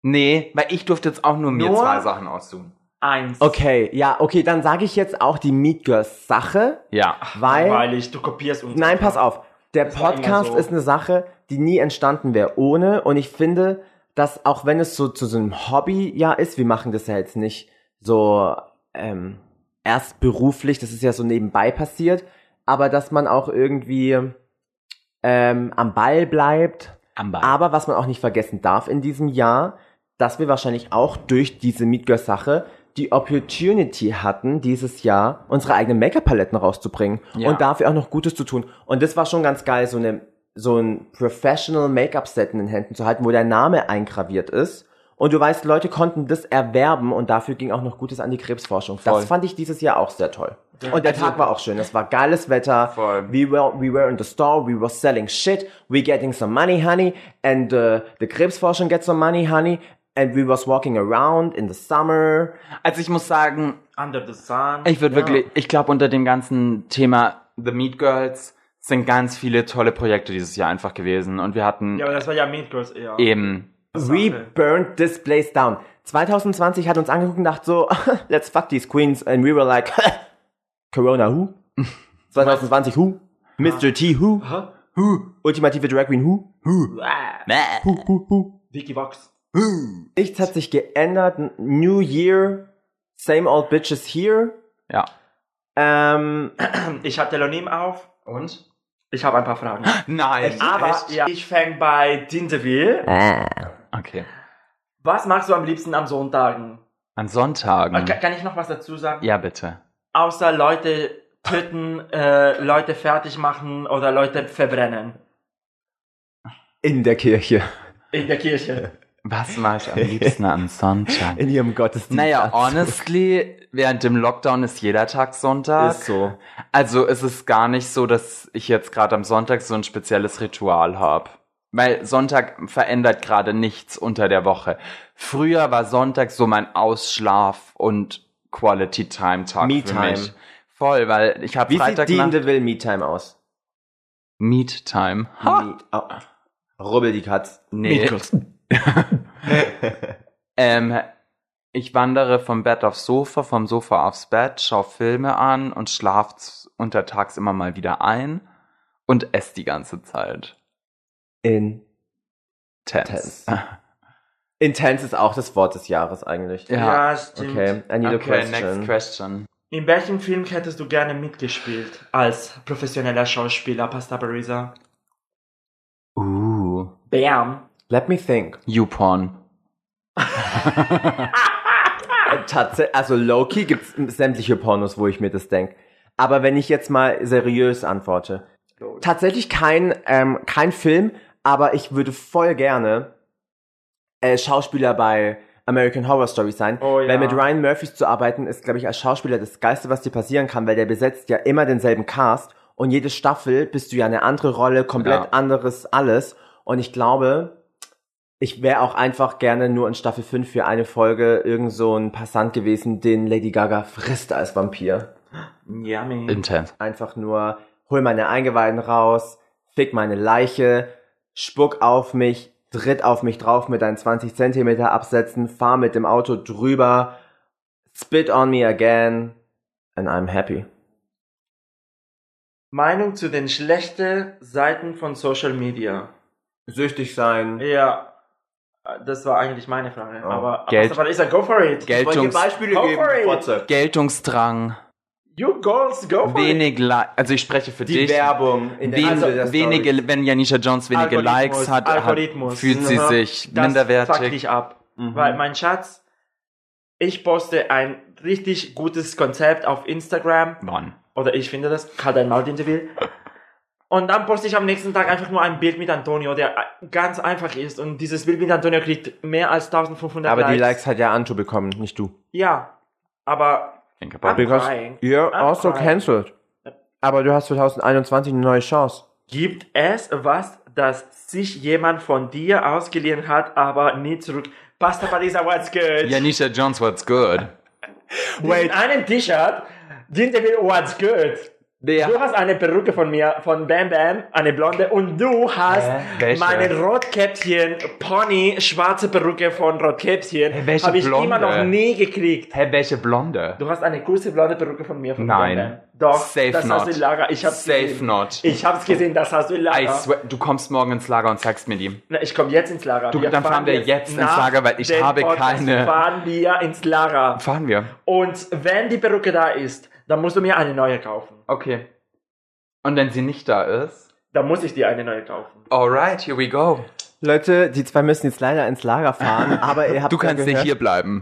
C: Nee, weil ich durfte jetzt auch nur mir
B: Nur-
C: zwei Sachen aussuchen.
B: Eins.
A: Okay, ja, okay, dann sage ich jetzt auch die Meet Girls Sache,
C: Ja.
A: weil
B: Langweilig, du kopierst uns.
A: Nein, pass auf. Der
B: ne? Das war immer
A: Podcast
B: so.
A: ist eine Sache, die nie entstanden wäre ohne. Und ich finde, dass auch wenn es so zu so einem Hobby ja ist, wir machen das ja jetzt nicht so ähm, erst beruflich, das ist ja so nebenbei passiert, aber dass man auch irgendwie ähm, am Ball bleibt.
C: Amber.
A: Aber was man auch nicht vergessen darf in diesem Jahr, dass wir wahrscheinlich auch durch diese Meet Girl Sache die Opportunity hatten, dieses Jahr unsere eigenen Make-up-Paletten rauszubringen
C: Ja.
A: und dafür auch noch Gutes zu tun. Und das war schon ganz geil, so, eine, so ein Professional Make-up-Set in den Händen zu halten, wo der Name eingraviert ist. Und du weißt, Leute konnten das erwerben und dafür ging auch noch Gutes an die Krebsforschung.
C: Voll. Also
A: Das fand ich dieses Jahr auch sehr toll. Und der Tag war auch schön. Es war geiles Wetter.
C: Voll.
A: We were, we were in the store, we were selling shit, we getting some money, honey, and uh, the Krebsforschung get some money, honey, and we was walking around in the summer.
C: Also ich muss sagen,
B: Under the Sun.
C: Ich würde
B: Ja.
C: wirklich, ich glaube, unter dem ganzen Thema The Meat Girls sind ganz viele tolle Projekte dieses Jahr einfach gewesen. Und wir hatten
B: Ja, aber das war ja Mean Girls eher.
C: eben.
A: We burned this place down. 2020 hat uns angeguckt und dacht so, [LAUGHS] let's fuck these queens, and we were like, [LAUGHS] Corona who? 2020 who? Mr. T who?
B: Hä?
A: Who? Ultimative Drag Queen who?
B: Bäh.
A: Who, who, who?
B: Vicky Vox.
A: Nichts hat sich geändert. N- New Year, same old bitches here.
C: Ja.
A: Ähm,
B: Ich habe Telonym auf.
C: Und?
B: Ich habe ein paar Fragen.
C: Nein.
B: Aber
C: [LAUGHS] echt?
B: ja, ich fange bei Dinterville.
C: Okay.
B: Was magst du am liebsten am Sonntagen?
C: An Sonntagen.
B: Äh, Kann, kann ich noch was dazu sagen?
C: Mhm. Ja, bitte.
B: Außer Leute töten, äh, Leute fertig machen oder Leute verbrennen.
A: in der Kirche,
B: In der Kirche.
C: Was
B: [LAUGHS]
C: mache ich am liebsten an Sonntagen?
A: in ihrem Gottesdienst.
C: Naja, honestly, während dem Lockdown ist jeder Tag Sonntag.
A: Ist so.
C: Also ist es gar nicht so, dass ich jetzt gerade am Sonntag so ein spezielles Ritual habe. Weil Sonntag verändert gerade nichts unter der Woche. Früher war Sonntag so mein Ausschlaf und Quality Time Tag für
A: Me-Time.
C: mich. Voll, weil ich habe
A: Wie sieht
C: Freitag
A: Dean
C: nach
A: DeVille Meet Time aus?
C: Meet Time. Ha!
A: Meet, oh, rubbel die Katz.
C: Nee. [LAUGHS] ähm, ich wandere vom Bett aufs Sofa, vom Sofa aufs Bett, schaue Filme an und schlafe untertags immer mal wieder ein und esse die ganze Zeit.
A: In.
C: Tense. [LAUGHS]
A: Intense ist auch das Wort des Jahres eigentlich.
C: [LAUGHS] Ja.
B: stimmt.
A: Okay, I need a
C: Okay,
A: question.
C: next question.
B: In welchem Film hättest du gerne mitgespielt als professioneller Schauspieler, Pasta Barisa?
C: Uh.
B: Bam.
A: Let me think.
C: YouPorn.
A: Tatsächlich, also low-key gibt's sämtliche Pornos, wo ich mir das denk. Aber wenn ich jetzt mal seriös antworte. Tatsächlich kein, ähm, kein Film, aber ich würde voll gerne äh, Schauspieler bei American Horror Story sein.
B: Oh ja.
A: Weil mit Ryan Murphys zu arbeiten ist, glaube ich, als Schauspieler das Geilste, was dir passieren kann, weil der besetzt ja immer denselben Cast und jede Staffel bist du ja eine andere Rolle, komplett
C: Ja.
A: anderes alles. Und ich glaube, ich wäre auch einfach gerne nur in Staffel 5 für eine Folge irgend so ein Passant gewesen, den Lady Gaga frisst als Vampir.
B: Yummy.
C: Intense.
A: Einfach nur, hol meine Eingeweiden raus, fick meine Leiche, spuck auf mich, tritt auf mich drauf mit deinen 20 Zentimeter Absätzen, fahr mit dem Auto drüber, spit on me again, and I'm happy.
B: Meinung zu den schlechten Seiten von Social Media.
A: Süchtig sein.
B: Ja, das war eigentlich meine Frage.
A: Oh.
B: Aber
C: Geld.
B: Pasta Barisa, go for it.
C: Geld.
A: Ich wollte dir
C: Geltungs-
A: Beispiele
B: Go for
A: geben,
B: it.
A: Fotze.
C: Geltungsdrang.
B: You girls, go for it.
C: Wenig Li Also ich spreche für
A: Oh, Die
C: dich.
A: Werbung in der
C: Wen,
A: Mitte der Story.
C: wenige, wenn Janisha Jones wenige
B: Algorithmus,
C: Likes hat, hat
B: Algorithmus.
C: fühlt sie
B: Mhm.
C: sich
B: Das fuck
C: minderwertig.
B: dich ab.
A: Mhm.
B: Weil, mein Schatz, ich poste ein richtig gutes Konzept auf Instagram.
C: Mann.
B: Oder ich finde das, halt dein Maul, den du willst. Und dann poste ich am nächsten Tag einfach nur ein Bild mit Antonio, der ganz einfach ist. Und dieses Bild mit Antonio kriegt mehr als 1500
A: Aber
B: Likes.
A: die Likes hat ja Anto bekommen, nicht du.
B: Ja, aber
C: Think about it.
A: Because
B: crying.
A: you're
B: I'm
A: also
B: crying.
A: cancelled. Aber du hast 2021 eine neue Chance.
B: gibt es was, das sich jemand von dir ausgeliehen hat, aber nie zurück... Pasta Parisa, what's good?
C: Janisha Jones, what's good?
B: Wait. Einen T-Shirt, den der will, what's good? Du hast eine Perücke von mir, von Bam Bam, eine blonde, und du hast
C: Hä? Welche?
B: meine Rotkäppchen, Pony, schwarze Perücke von Rotkäppchen.
C: Hä, welche
B: Habe ich
C: blonde?
B: immer noch nie gekriegt.
C: Hä, welche Blonde?
B: Du hast eine kurze blonde Perücke von mir von
C: Nein.
B: Bam Bam. Doch,
C: Safe
B: das hast
C: not.
B: du im Lager. Ich hab's
C: Safe
B: gesehen.
C: not.
B: Ich hab's gesehen, das hast du im
C: I
B: Lager.
C: swear, du kommst morgen ins Lager und zeigst mir die.
B: Na, ich komme jetzt ins Lager.
C: Du, dann fahren wir jetzt ins
B: nach
C: Lager, weil ich
B: dem
C: habe
B: Podcast
C: keine-
B: fahren wir ins Lager.
C: Fahren wir.
B: Und wenn die Perücke da ist, dann musst du mir eine neue kaufen.
C: Okay. Und wenn sie nicht da ist?
B: Dann muss ich dir eine neue kaufen.
C: Alright, here we go.
A: Leute, die zwei müssen jetzt leider ins Lager
C: [LAUGHS]
A: fahren, aber ihr habt
C: Du
A: ja
C: kannst nicht
A: gehört,
C: hier [LAUGHS] bleiben.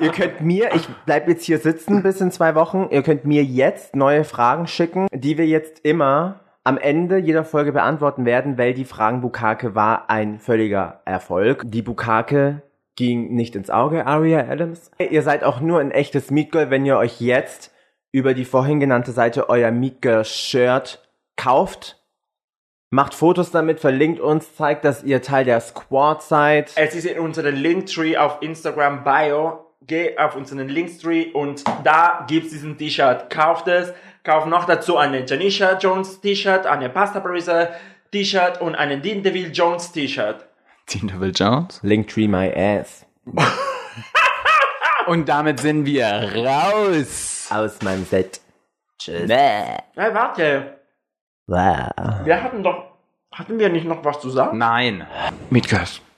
A: Ihr könnt mir, ich bleib jetzt hier sitzen bis in zwei Wochen. Ihr könnt mir jetzt neue Fragen schicken, die wir jetzt immer am Ende jeder Folge beantworten werden, weil die Fragen Bukake war ein völliger Erfolg. Die Bukake ging nicht ins Auge, Aria Adams. Ihr seid auch nur ein echtes Meet Girl, wenn ihr euch jetzt über die vorhin genannte Seite euer Meet Girl Shirt kauft. Macht Fotos damit, verlinkt uns, zeigt, dass ihr Teil der Squad seid.
B: Es ist in unserem Linktree auf Instagram Bio. Geh auf unseren Linktree und da gibt's diesen T-Shirt. Kauft es. Kauf noch dazu eine Janisha Jones T-Shirt, eine Pasta Parisa T-Shirt und einen Dean DeVille Jones T-Shirt.
C: Tina Will Jones.
A: Linktree my ass.
C: Und damit sind wir raus.
A: Aus meinem Set. Tschüss.
B: Hey, warte.
A: Wow.
B: Wir hatten doch, hatten wir nicht noch was zu sagen?
C: Nein. Meatcast.